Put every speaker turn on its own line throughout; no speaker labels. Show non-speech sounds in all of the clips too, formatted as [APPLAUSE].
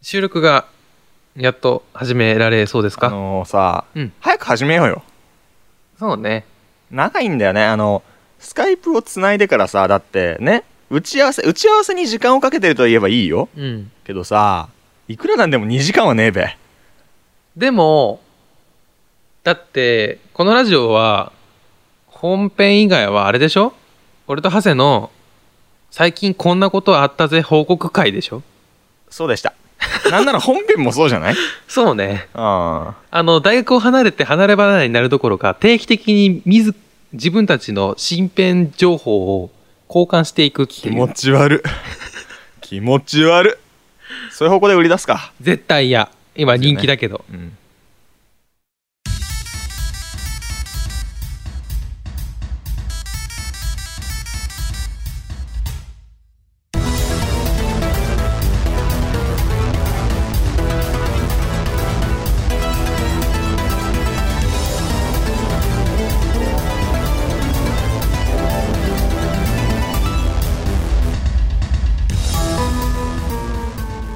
収録がやっと始められそうです
あ
か
のさ、
うん
早く始めようよ
そうね
長いんだよねあのスカイプをつないでからさだってね打ち合わせ打ち合わせに時間をかけてると言えばいいよ
うん
けどさいくらなんでも2時間はねえべ
でもだってこのラジオは本編以外はあれでしょ俺とハセの最近こんなことあったぜ報告会でしょ
そうでした [LAUGHS] なんなら本編もそうじゃ [LAUGHS] ない
そうね
あ
あの大学を離れて離れ離れになるどころか定期的に自自分たちの身辺情報を交換していくって
気
い
持
う
ち悪い [LAUGHS] 気持ち悪いそういう方向で売り出すか
絶対嫌今人気だけど
うん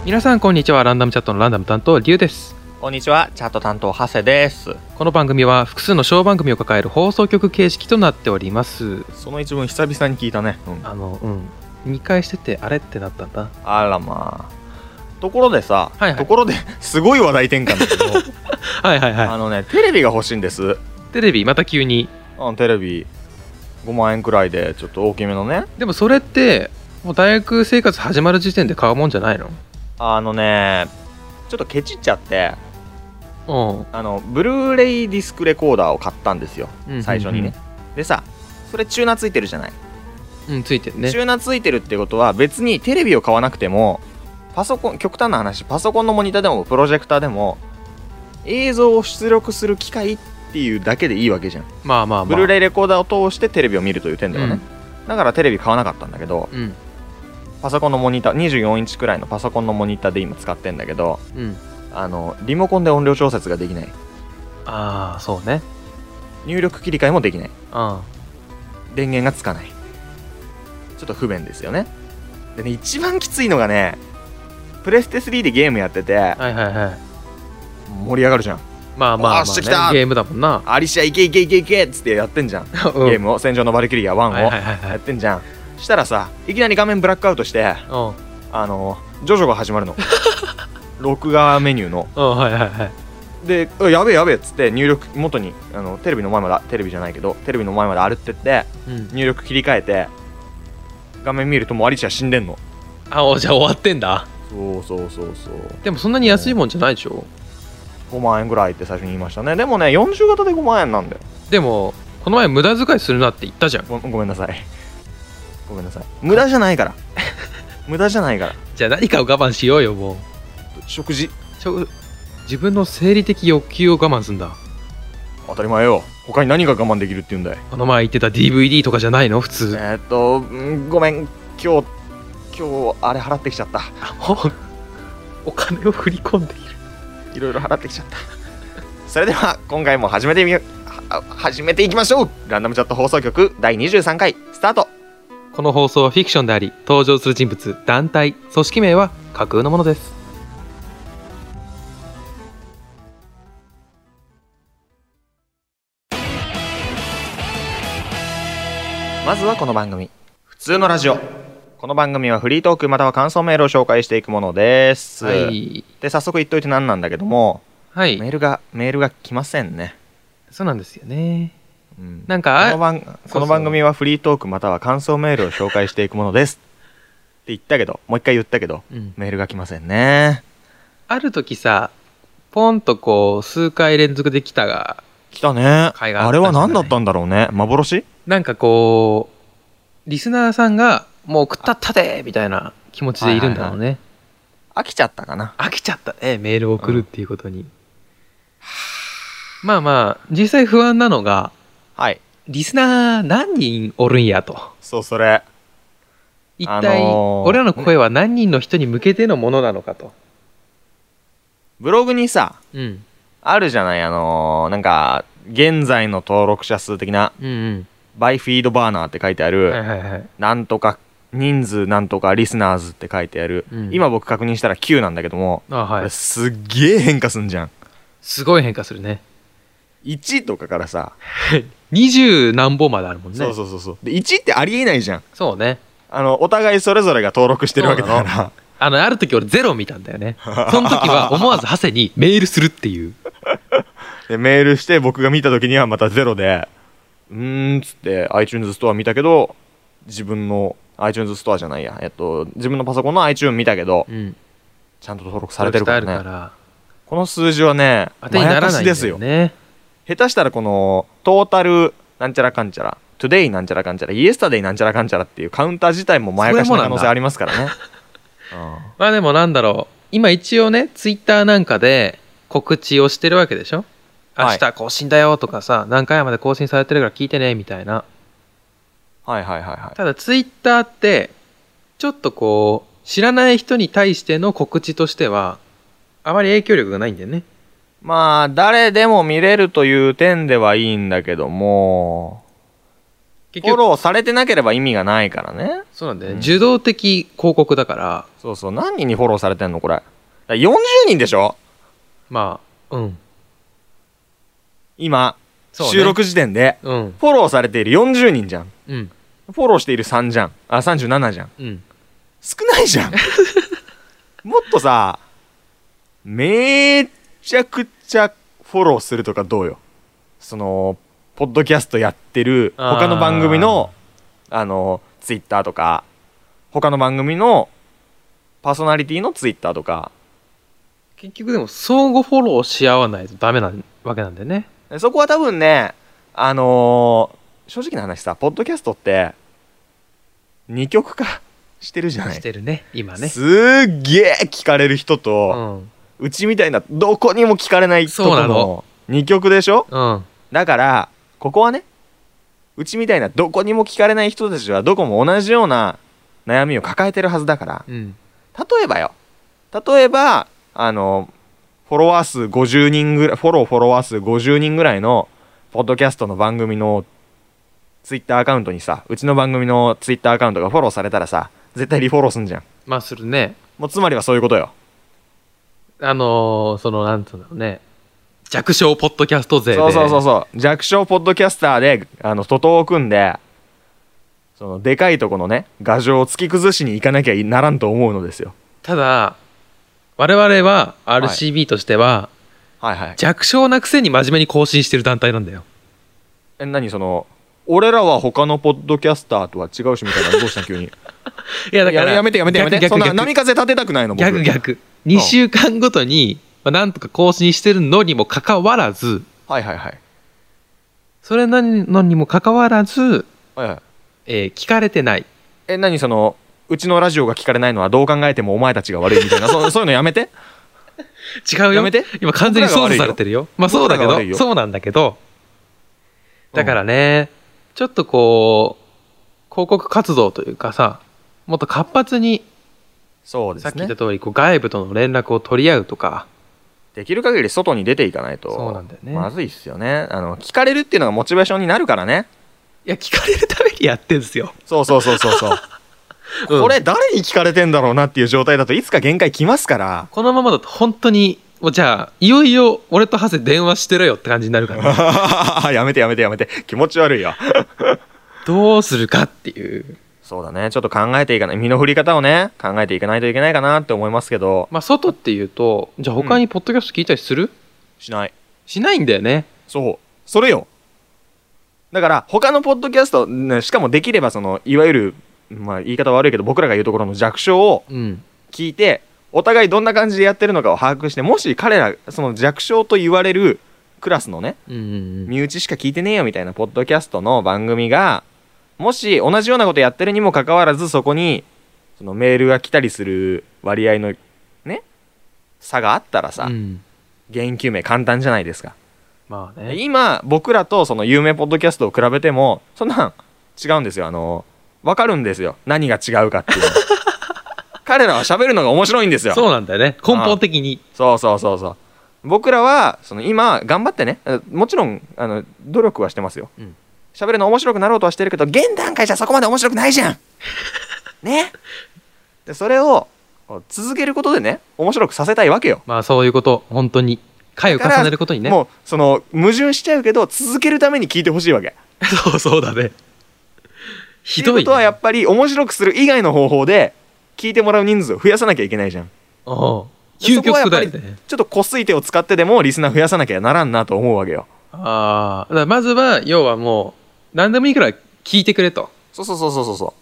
皆さんこんにちはランダムチャットのランダム担当リュウです
こんにちはチャット担当ハセです
この番組は複数の小番組を抱える放送局形式となっております
その一文久々に聞いたね、うん
あのうん見返しててあれってなったんだ
あらまあところでさ、
はいはい
ところですごい話題転換だけど、
はいはいは
あのねテレビが欲しいんです
いテレビまた急に
うんテレビ5万円くらいでちょっと大きめのね
でもそれってもう大学生活始まる時点で買うもんじゃないの
あのねちょっとケチっちゃって
うん
あのブルーレイディスクレコーダーを買ったんですよ
うんうん
最初にね、でさそれチューナーついてるじゃない、
うん、ついてるね
チューナーついてるってことは別にテレビを買わなくてもパソコン極端な話パソコンのモニターでもプロジェクターでも映像を出力する機械っていうだけでいいわけじゃん
まあまあまあ
ブルーレイレコーダーを通してテレビを見るという点ではね、だからテレビ買わなかったんだけど
うん
パソコンのモニター24インチくらいのパソコンのモニターで今使ってんだけど
うん、うん、
あのリモコンで音量調節ができない
ああそうね
入力切り替えもできない
うん
電源がつかないちょっと不便ですよねでね一番きついのがねプレステ3でゲームやってて
はいはいはい
盛り上がるじゃん
まあまあまあ、
あしてきた
ね、ゲームだもんな
アリシアいけいけいけいけっつってやってんじゃん、
ゲ
ゲー
ム
ムを戦場のバルキリア1を、
はいはいはいは
やっ
い
てんじゃんしたらさいきなり画面ブラックアウトして
うん
あのジョジョが始
[LAUGHS]
まるの録画メニューの
うんはいはいはい
で「うわやべえやべえ」っつって入力元にあのテレビの前までテレビじゃないけどテレビの前まで歩ってって
うん
入力切り替えて画面見るともうアリシア死んでんの
あおじゃあ終わってんだ
そうそうそうそう
でもそんなに安いもんじゃないでしょ、
5万円ぐらいって最初に言いましたねでもね40型で5万円なんだよ
でもこの前無駄遣いするなって言ったじゃん
ごごめんなさいごめんなさい無駄じゃないから [LAUGHS] 無駄じゃないから
じゃあ何かを我慢しようよもう
食事
ちょ自分の生理的欲求を我慢すんだ
当たり前よ他に何が我慢できるって言うんだい
この前言ってた DVD とかじゃないの普通
えーっとうんごめん今日今日あれ払ってきちゃった
あもうお金を振り込んでいる
いろいろ払ってきちゃったそれでは今回も始めてみよは始めていきましょうランダムチャット放送局第23回スタート
この放送はフィクションであり登場する人物団体組織名は架空のものです
まずはこの番組普通のラジオこの番組はフリートークまたは感想メールを紹介していくものです、
はい
で早速言っといてなんなんだけども
はい、
メールがメールが来ませんね、
そうなんですよね
うん
なん
この
かあ
番この番組はフリートークまたは感想メールを紹介していくものですって言ったけどもう一回言ったけど
うん
メールが来ませんね
ある時さポンとこう数回連続できたが
来たね
甲斐があったんじゃない
あれは何だったんだろうね幻
なんかこうリスナーさんがもう送ったったでみたいな気持ちでいるんだろうね、
飽きちゃったかな
飽きちゃったねメールを送るっていうことに、まあまあ実際不安なのが
はい
リスナー何人おるんやと
そうそれ
一
あ
体
のー
俺らの声は何人の人に向けてのものなのかと、
ブログにさ
うん、
あるじゃないあのーなんか現在の登録者数的な
うん
バイフィードバーナーって書いてある、
はいはいはい
なんとか人数なんとかリスナーズって書いてある、
うん
今僕確認したら9なんだけども、
あ
こ
は
れ
い
すっげえ変化すんじゃん
すごい変化するね
1とかからさ、
二十何本まであるもんね
そうそうそうそうで1ってありえないじゃん
そうね
あのお互いそれぞれが登録してるわけだ
そ
か
うな
ら
あのある時俺ゼロ見たんだよ [LAUGHS] ねその時は思わずハセにメールするっていう
でメールして僕が見た時にはまたゼロでうーんっつって iTunes ストア見たけど自分の iTunes ストアじゃないや、えっと、自分のパソコンの iTunes 見たけど
うん
ちゃんと登録されてるから
伝え
ね
るから
この数字はね
当てにならないんだよね
まやかしですよ下手したらこのトータルなんちゃらかんちゃらトゥデイなんちゃらかんちゃらイエスタデイなんちゃらかんちゃらっていうカウンター自体もまやかし
それもな
の可
んだ
能性ありま
[LAUGHS]
すからね
まあでもなんだろう今一応ねツイッターなんかで告知をしてるわけでしょ明
はい
日更新だよとかさ、何回まで更新されてるから聞いてねみたいな
うんはいはいはいはい
ただツイッターってちょっとこう知らない人に対しての告知としてはあまり影響力がないんだよね
まあ誰でも見れるという点ではいいんだけども
結
フォ
局
ローされてなければ意味がないからね
そうなんだよね、
うん
受動的広告だから
そうそう何人にフォローされてんのこれだから40人でしょ
まあうん
今、
そうね
収録時点で
うん
フォローされている40人じゃん
うん
フォローしている3じゃんあ37じゃん
うん
少ないじ
[LAUGHS]
ゃんもっとさめちゃくちゃフォローするとかどうよそのポッドキャストやってる
あー
他の番組のあのツイッターとか他の番組のパーソナリティのツイッターとか
結局でも相互フォローし合わないとダメなわけなんだよね
そこは多分ねあのー正直な話さポッドキャストって二極化 [LAUGHS] してるじゃない
してるね今ね
すっげえ聞かれる人と、
うん
うちみたいなどこにも聞かれないと
そう
こ
な
の
の
2曲でしょ
うん
だからここはねうちみたいなどこにも聞かれない人たちはどこも同じような悩みを抱えてるはずだから
うん
例えばよ例えばあのフォロワー数50人ぐらいフォローフォロワー数50人ぐらいのポッドキャストの番組のツイッターアカウントにさうちの番組のツイッターアカウントがフォローされたらさ絶対リフォローすんじゃん
まあするね
もうつまりはそういうことよ
あのーそのなんつうんだろうね弱小ポッドキャスト勢で
そうそうそうそう弱小ポッドキャスターであの徒党を組んでそのでかいとこのね牙城を突き崩しに行かなきゃいならんと思うのですよ
ただ我々は RCB としては
はいはい
弱小なくせに真面目に更新してる団体なんだよ
え何その俺らは他のポッドキャスターとは違うしみたいなどうした急に
いやだか
や
ら
めやめてやめてやめて
逆
そんな
逆逆
波風立てたくないの僕
逆逆2週間ごとにまあなんとか更新してるのにもかかわらず
はいはいはい
それなのにもかかわらず、
はいはい
えー聞かれてない
え何そのうちのラジオが聞かれないのはどう考えてもお前たちが悪いみたいなそ [LAUGHS] そういうのやめて
違うよ
やめて
今完全に操作されてるよまあそうだけ
僕らが悪い
ど
よ
そうなんだけどだからね、ちょっとこう広告活動というかさもっと活発に
そうで
さっ
す
き言
ね
った通りこう外部との連絡を取り合うとか
できる限り外に出ていかないと
そうなんだよね、
まずいっすよねあの聞かれるっていうのがモチベーションになるからね
いや聞かれるためにやってんですよ、
そうそうそうそう [LAUGHS] そう。これ誰に聞かれてんだろうなっていう状態だといつか限界来ます [LAUGHS] から。
このままだと本当にもうじゃあいよいよ俺とハセ電話してろよって感じになるから、ね、
やめてやめてやめて気持ち悪いよ。
どうするかっていう
そうだねちょっと考えていかない身の振り方をね考えていかないといけないかなって思いますけど
まあ外っていうとじゃあ他にポッドキャスト聞いたりする、
しない
しないんだよね
そうそれよだから他のポッドキャスト、ねしかもできればそのいわゆる、まあ、言い方悪いけど僕らが言うところの弱小を
うん
聞いてお互いどんな感じでやってるのかを把握してもし彼らその弱小と言われるクラスのね
うんうんうん
身内しか聞いてねえよみたいなポッドキャストの番組がもし同じようなことやってるにもかかわらずそこにそのメールが来たりする割合のね差があったらさ、
うん
原因究明簡単じゃないですか
まあね
今僕らとその有名ポッドキャストを比べてもそんなん違うんですよあの分かるんですよ何が違う
[LAUGHS]
かっていうの彼らは喋るのが面白いんですよ
そうなんだよね根本的に
そうそうそうそう僕らはその今頑張ってねあもちろんあの努力はしてますよ
うん [LAUGHS]
喋、るの面白くなろうとはしてるけど現段階じゃそこまで面白くないじゃんねでそれをこう続けることでね面白くさせたいわけよ、
まあそういうこと本当に回を重ねることにね
もうその矛盾しちゃうけど続けるために聞いてほしいわけ
[LAUGHS] そうそうだねひど
って
い,、
うことはやっぱり面白くする以外の方法で聞いてもらう人数を増やさなきゃいけないじゃん
おう
でそ
究
こはや
極
っぱ
だ
り
よね
ちょっとこすい手を使ってでもリスナー増やさなきゃならんなと思うわけよ
ああだからまずは要はもう何でもいいから聞いてくれと
そうそうそうそうそうそ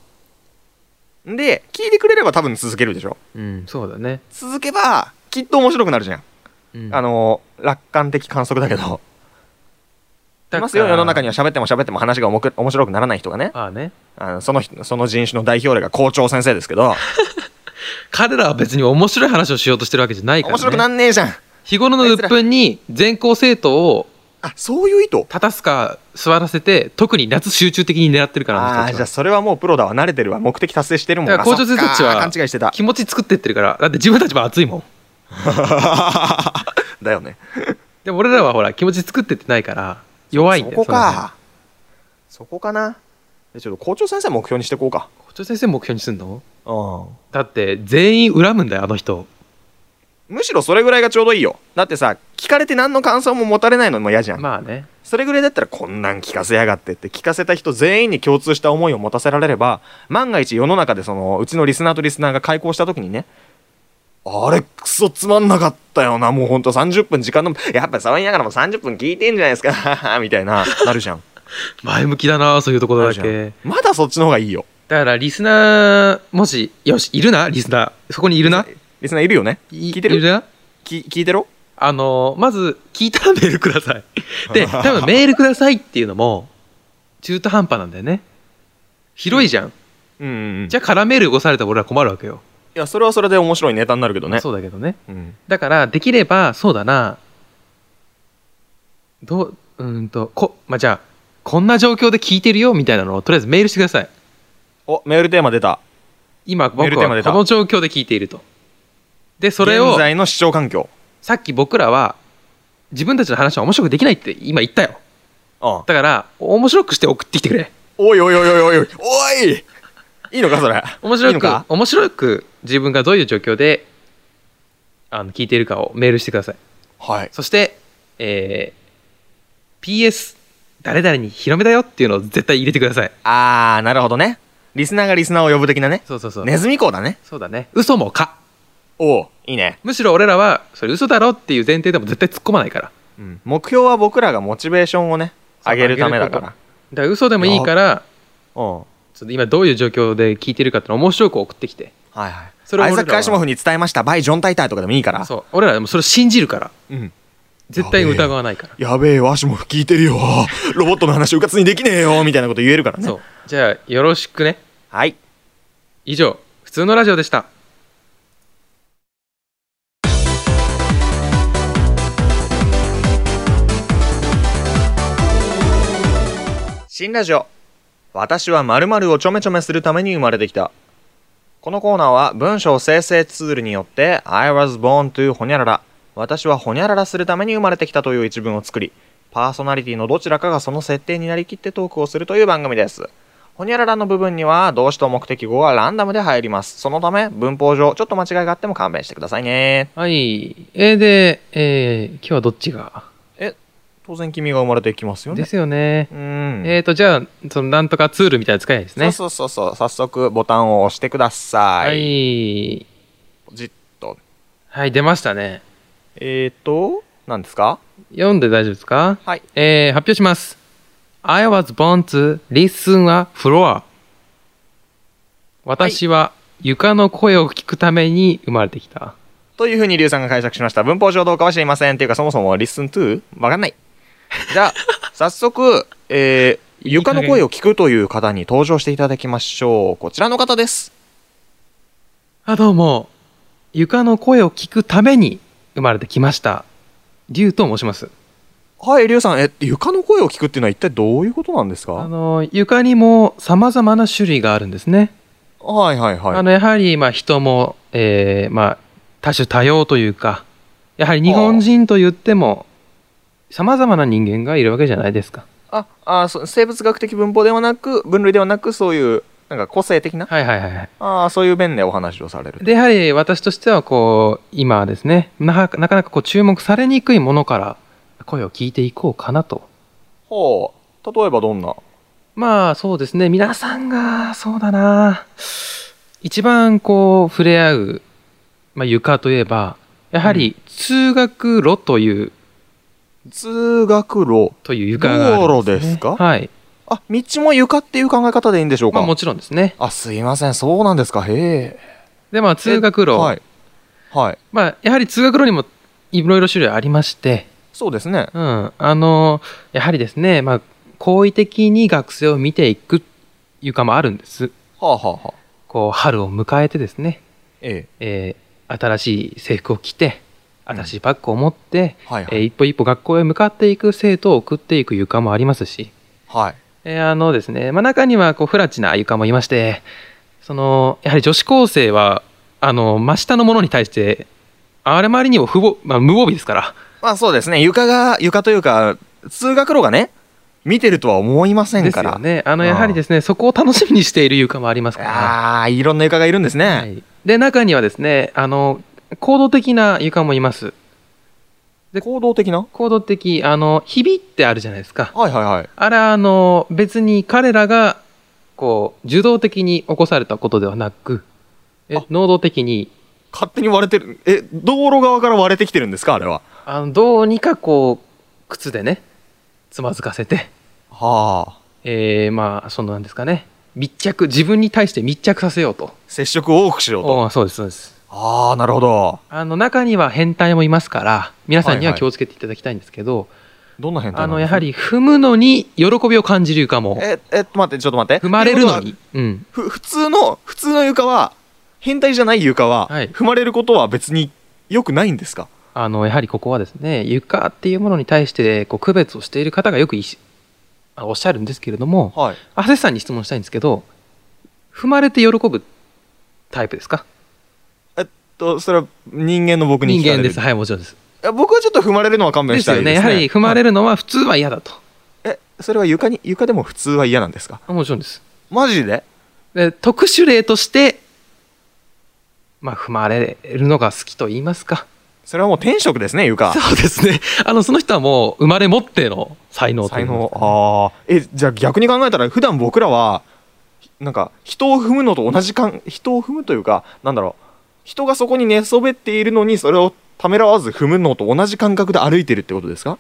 うで聞いてくれれば多分続けるでしょ
うんそうだね、
続けばきっと面白くなるじゃん、
うん、
あの楽観的観測だけどい
だから
ますよ世の中には喋っても喋っても話が重く面白くならない人がね
ああね
あのその人その人種の代表例が校長先生ですけど
彼らは別に面白い話をしようとしてるわけじゃないから、ね、
面白くなんねえじゃん
日頃の鬱憤に全校生徒を
あそういう意図
立たすか座らせて特に夏集中的に狙ってるから
あ
の
あー
人た
じゃあ
ちは
それはもうプロだわ慣れてるわ目的達成してるもん
だから校長
あそっか
先生たちは
勘違いし
[LAUGHS]
てた
気持ち作ってってるからだって自分たちも熱いもん
だよね
でも俺らはほら気持ち作ってってないから弱いんだ
そ
よ
こ
の辺
かそこかなでちょっと校長先生目標にしていこうか
校長先生目標にすんの
う
だって全員恨むんだよあの人
んむしろそれぐらいがちょうどいいよだってさ聞かれて何の感想も持たれないのも嫌じゃん、
まあね
それぐらいだったらこんなん聞かせやがってって聞かせた人全員に共通した思いを持たせられれば万が一世の中でそのうちのリスナーとリスナーが開講した時にねあれクソつまんなかったよなもうほんと30分時間のやっぱ騒ぎながらも30分聞いてんじゃないですか [LAUGHS] みたいななるじゃん
前向きだなそういうところだ
なるじゃ
け
んまだそっちの方がいいよ
だからリスナーもしよしいるなリスナーそこにいるな
リスナーいるよね聞いてる
いるな
き聞いてろ
あのまず聞いたらメールくだ
[LAUGHS]
さいで多分メールくださいっていうのも中途半端なんだよね広いじゃん、
うんうんうん
じゃあ空メールよこされたら俺ら困るわけよ、
いやそれはそれで面白いネタになるけどね
そうだけどね
うん
だからできればそうだなどううーんとこまあじゃあこんな状況で聞いてるよみたいなのをとりあえずメールしてください
おメールテーマ出た
今
メー
僕
ルテーマ出
は
た
この状況で聞いているとでそれ
現
を
在の視聴環境
さっき僕らは自分たちの話は面白くできないって今言ったよ
うん
だから面白くして送ってきてくれ
おいおいおいおいおいおいいいのかそれ
面
いい
白
の
く
か
面白く自分がどういう状況であの聞いているかをメールしてください
はい
そして、えー PS 誰々に広めだよっていうのを絶対入れてください
あーなるほどねリスナーがリスナーを呼ぶ的なね
そうそうそう、
ネズミ講だね
そうだね嘘もか
おおいいね、
むしろ俺らはそれ嘘だろっていう前提でも絶対突っ込まないからだか
うん、目標は僕らがモチベーションをね
そう
上げるためだから
上げるら嘘でもいいから
うんは
ちょっと今どういう状況で聞いてるかっていうのを面白く送ってきて
いはい
それを
ア
俺ら
イザ
は
ック・アシモフに伝えましたバイ・ジョン・タイターとかでもいいから
そう俺らでもそれを信じるから
うん
絶対疑わないから
やべえよアシモフ聞いてるよロボットの話うかつにできねえよみたいなこと言えるからね
そうじゃあよろしくね
はい
以上普通のラジオでした
新ラジオ私は〇〇をちょめちょめするために生まれてきたこのコーナーは文章生成ツールによって I was born to ほにゃらら私はほにゃららするために生まれてきたという一文を作りパーソナリティのどちらかがその設定になりきってトークをするという番組ですほにゃららの部分には動詞と目的語はランダムで入りますそのため文法上ちょっと間違いがあっても勘弁してくださいね
はいえーで、えー今日はどっちが
当然君が生まれてきますよ
で
ね
すよね
うーん
えーと、じゃあ、そのなんとかツールみたいなの使えないですね。
そうそうそうそう早速ボタンを押してください、
はい。
ポチッと
はい、出ましたね。
えーと、何ですか
読んで大丈夫ですか
はい。
えー、発表します。I was born to listen a floor. 私は床の声を聞くために生まれてきた。
というふうにリュウさんが解釈しました。文法上どうかは知りません。っていうか、そもそも listen to? わかんない。 [LAUGHS] じゃあ、早速、えー、床の声を聞くという方に登場していただきましょう。こちらの方です。
あ、どうも。床の声を聞くために生まれてきました。リュウと申します。
はい、リュウさん、え、床の声を聞くっていうのは一体どういうことなんです
あ
か
の、床にも様々な種類があるんですね。
はいはいはい。
あのやはりまあ人も、えーまあ、多種多様というかやはり日本人と言ってもさまざまな人間がいるわけじゃないですか
ああそう生物学的文法ではなく、分類ではなく、そういうなんか個性的な、
はいはいはいはい。
ああ、そういう面でお話をされる。
でやはり私としてはこう今ですねなかなかなかこう注目されにくいものから声を聞いていこうかなと
ほう、例えばどんな
まあそうですね皆さんがそうだな一番こう触れ合う、まあ、床といえばやはり通学路という、
通学路。
という床があるんね
道路ですか
はい、
あ、道も床っていう考え方でいいんでしょうか、
まあ、もちろんですね
あ、すいません、そうなんですか。へえ。
でまあ通学路、
はい。はい。
まあやはり通学路にもいろいろ種類ありまして
そうですね。
うん、あのやはりですね、まあ、好意的に学生を見ていくっていうかもあるんです
はあ、はあはあ、
こう春を迎えてですね、
え
えー新しい制服を着て
うん
新しいバッグを持って、
え。はいは
えー
い。
一歩一歩学校へ向かっていく生徒を送っていく床もありますし、
はい。
えーあのですね、まあ、中にはこうフラチな床もいましてそのやはり女子高生はあの真下のものに対してあれまりにも不ぼ、まあ、無防備ですから
まあそうですね。床が、床というか、通学路がね、見てるとは思いません
です
から。
よね。あの
うん
やはりですね、そこを楽しみにしている床もありますから。
ああ、いろんな床がいるんですね。
はい、で中にはですね、あの行動的な床もいます。で
行動的な
行動的あの響ってあるじゃないですか。
はいはいはい。
あれあの別に彼らがこう受動的に起こされたことではなく、え
あ
能動的に
勝手に割れてる。え、道路側から割れてきてるんですかあれは。
あのどうにかこう靴でねつまずかせて、
はあ。
えーまあそのなんですかね密着自分に対して密着させようと。
接触を多くしようと。
おーそうですそうです。
ああ、なるほど。
あの中には変態もいますから皆さんに
はい
は
はい
気をつけていただきたいんですけど、
どんな変態
あ
なん
の
で
や
すか
は。り踏むのに喜びを感じる床も
え、えっと待って、ちょっと待って。
踏まれるの
っていう
に、うん、
ことは。ふ普通の、普通の床は、変態じゃない床は、
はい
踏まれることは別に良くないんですか
あのやはりここはですね床っていうものに対してこう区別をしている方がよくいしあおっしゃるんですけれども
はい。
アセさんに質問したいんですけど踏まれて喜ぶタイプですか
と、それは人間の僕に
人
聞かれ
間
る
ですはいもちろんです
いや僕はちょっと踏まれるのは勘
で
弁し
す
たい
よね
ですね。
やはり踏まれ
る。
るのは普通は嫌だと、
え、それは床に、床でも普通は嫌なんですか
もちろんです
マジで
で特殊例としてまあ踏まれるのが好きと言いますか
それはもう天職ですね、床。
そうですね。あの、その人はもう生まれ持っての才能とい
才
います
能
か
ああえじゃあ逆に考えたら普段僕らはなんか人を踏むのと同じかん人を踏むというかなんだろう人がそこに寝そべっているのにそれをためらわず踏むのと同じ感覚で歩いてるってことですか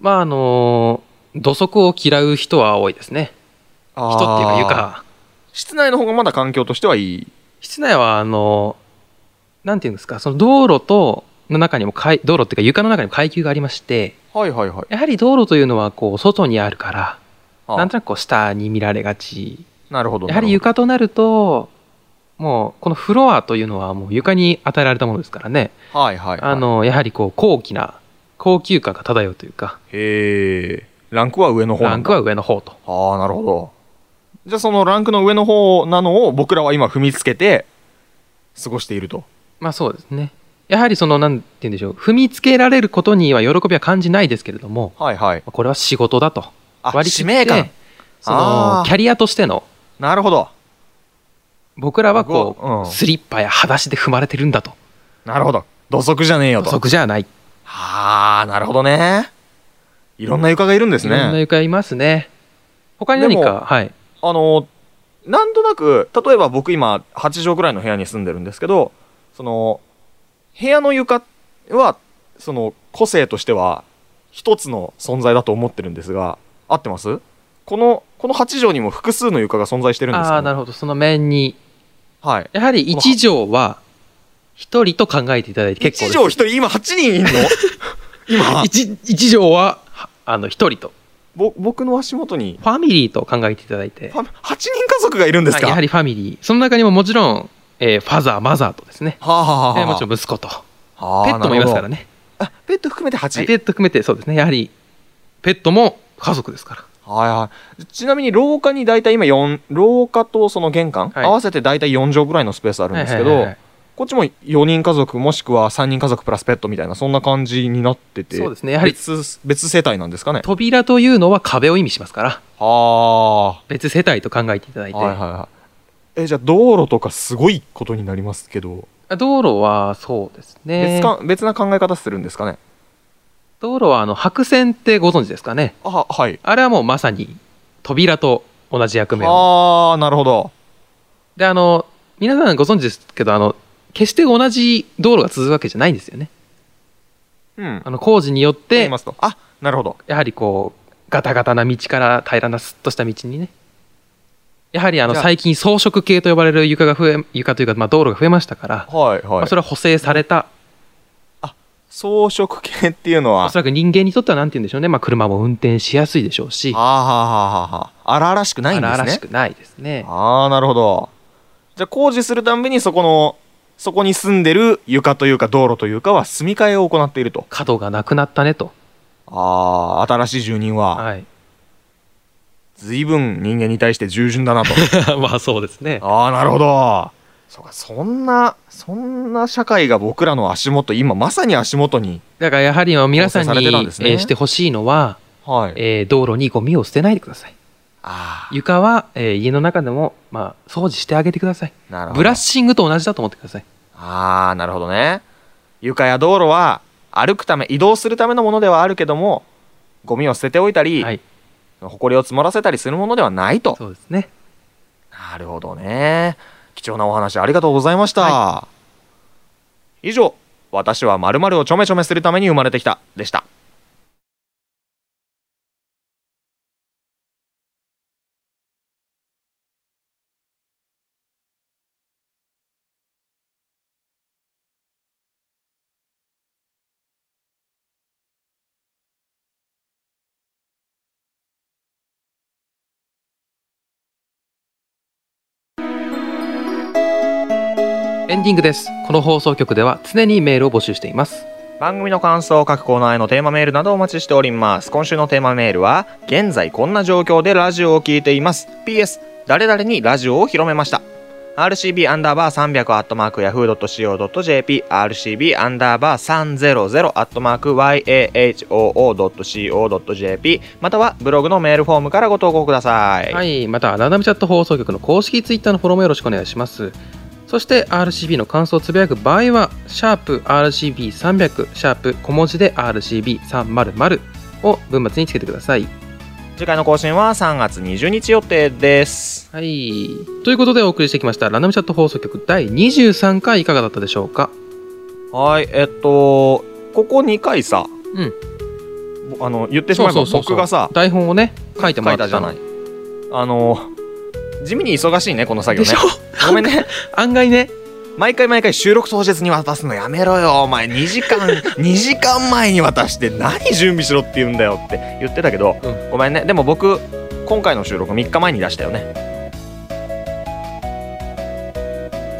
まあ、あのー土足を嫌う人は多いですね。
人
人っていうか床。
室内の方がまだ環境としてはいい
室内は、あのーなんていうんですか、その道路と、の中にも階、道路っていうか床の中にも階級がありまして、
はいはいはい
やはり道路というのは、こう、外にあるから、
あ
なんとなくこう、下に見られがち。
なるほど
やはり
なるほ
床となると、もう、このフロアというのはもう床に与えられたものですからね。
どはいはい、はい、
あの、やはりこう、高貴な、高級感が漂うというか、
へえランクは上の方
ラ
な
ン
ん
ク
だ
は上の方と。
ああなるほどじゃあそのランクの上の方なのを僕らは今踏みつけて過ごしていると
まあそうですね。やはりその、なんて言うんでしょう、踏みつけられることには喜びは感じないですけれども、
はいはい
これは仕事だと
あ
割り切
使
って
命感
その
あー
キャリアとしての、
なるほど。
僕らはこ
う
う、
ん
スリッパや裸足で踏まれてるんだと。
なるほど。土足じゃねえよ
土
と。
足じゃない。
はあ、なるほどね。いろんな床がいるんです
いろんな
ね。
床いますね。他に何
で
か、
も
はい。
あの、なんとなく、例えば僕今、8畳くらいの部屋に住んでるんですけど、その、部屋の床は、その、個性としては、一つの存在だと思ってるんですが、合ってますこの、この8畳にも複数の床が存在してるんです
ああー、
か、
な
ね、
るほど。その面に、
はい。
やはり一畳は、一人と考えていただいて結構
1
です。
畳1人、今8人い
[LAUGHS]
んの今
一一畳は、はあの、一人と。
ぼ、僕の足元に、
ファミリーと考えていただいて。
8人家族がいるんですか
はいやはりファミリーその中にももちろん、えーファザーマザーとですね、
はあ、はあはあ、
えーもちろん息子と
はあ
ペットもいますから
ね。
ね
あ、ペット含めて8。
ペット含めてそうですねやはりペットも家族ですから
はいはい。ちなみに廊下に大体今4、廊下とその玄関、
はい
合わせて大体4畳ぐらいのスペースあるんですけど、
はいはいはい
こっちも4人家族もしくは3人家族プラスペットみたいな、そんな感じになってて、
そうですねやはり
別、別世帯なんですかね。
[LAUGHS] 扉というのは壁を意味しますから
はあ。
別世帯と考えていただいて、
はいはいはい。えじゃあ道路とかすごいことになりますけど、
あ道路はそうですね
別か別な考え方するんですかね
道路はあの白線ってご存知ですかね
あはい
あれはもうまさに扉と同じ役目を
ああなるほど
であの皆さんご存知ですけどあの決して同じ道路が続くわけじゃないんですよね
うん
あの工事によっ
と言
て
いますとあなるほど
やはりこうガタガタな道から平らなスッとした道にねやはりあの
じゃあ
最近装飾系と呼ばれる床が増え床というかまあ道路が増えましたから、
はい
ま
は
あ、
い
それは補正された
装飾系っていうのは
おそらく人間にとってはなんて言うんでしょうね、まあ、車も運転しやすいでしょうし
あーはーはーはーはー荒々しくないんですね
荒々しくないですね
ああなるほどじゃあ工事するたんびにそこのそこに住んでる床というか道路というかは住み替えを行っていると
角がなくなったねと、
ああ新しい住人は
はい、
随分人間に対して従順だ [LAUGHS] な
[LAUGHS]
と
まあそうですね
ああなるほどそうかそんなそんな社会が僕らの足元今まさに足元に
だからやはりまあ皆さん
構成さ
に
れてたんですね
えーしてほしいのは、
はい
えー道路にゴミを捨てないでください
ああ
床は、えー家の中でも、まあ、掃除してあげてください
なるほど
ブラッシングと同じだと思ってください
ああなるほどね床や道路は歩くため移動するためのものではあるけどもゴミを捨てておいたり、
はい
埃を積もらせたりするものではないと
そうですね
なるほどね貴重なお話ありがとうございました、以上私は〇〇をちょめちょめするために生まれてきたでした
エンディングですこの放送局では常にメールを募集しています
番組の感想各コーナーへのテーマメールなどお待ちしております今週のテーマメールは現在こんな状況でラジオを聞いています PS 誰々にラジオを広めました RCB アンダーバー300アットマーク Yahoo.co.jp RCB アンダーバー300アットマーク YAHOO.co.jp またはブログのメールフォームからご投稿ください、
はい、また、ランダムチャット放送局の公式ツイッターのフォローもよろしくお願いします。そして、RCB の感想をつぶやく場合は、シャープ RCB300、シャープ小文字で RCB300 を文末につけてください。
次回の更新は3月20日予定です
はい。ということでお送りしてきました、ランダムチャット放送局第23回いかがだったでしょうか
はいえっとここ2回さ、ぼあの言ってしまえば僕がさ
台本をね、書いても
書
ら
い
った
たじゃない
い。
あの地味に忙しいねこの作業
で
ね
しょ
ごめんね
案外ね、
毎回毎回収録当日に渡すのやめろよお前2時間
[LAUGHS]
2時間前に渡して何準備しろって言うんだよって言ってたけど、
うん
ごめんねでも僕今回の収録3日前に出したよね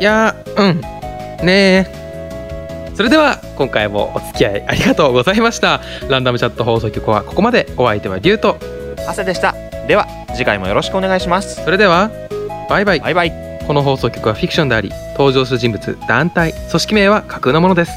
いやー、うん。ねえ。それでは今回もお付き合いありがとうございました。ランダムチャット放送局はここまで。お相手はリュウと。
汗でしたでは次回もよろしくお願いします
それでは、バイバイ。
バイバイ
この放送局はフィクションであり、登場する人物、団体、組織名は架空のものです。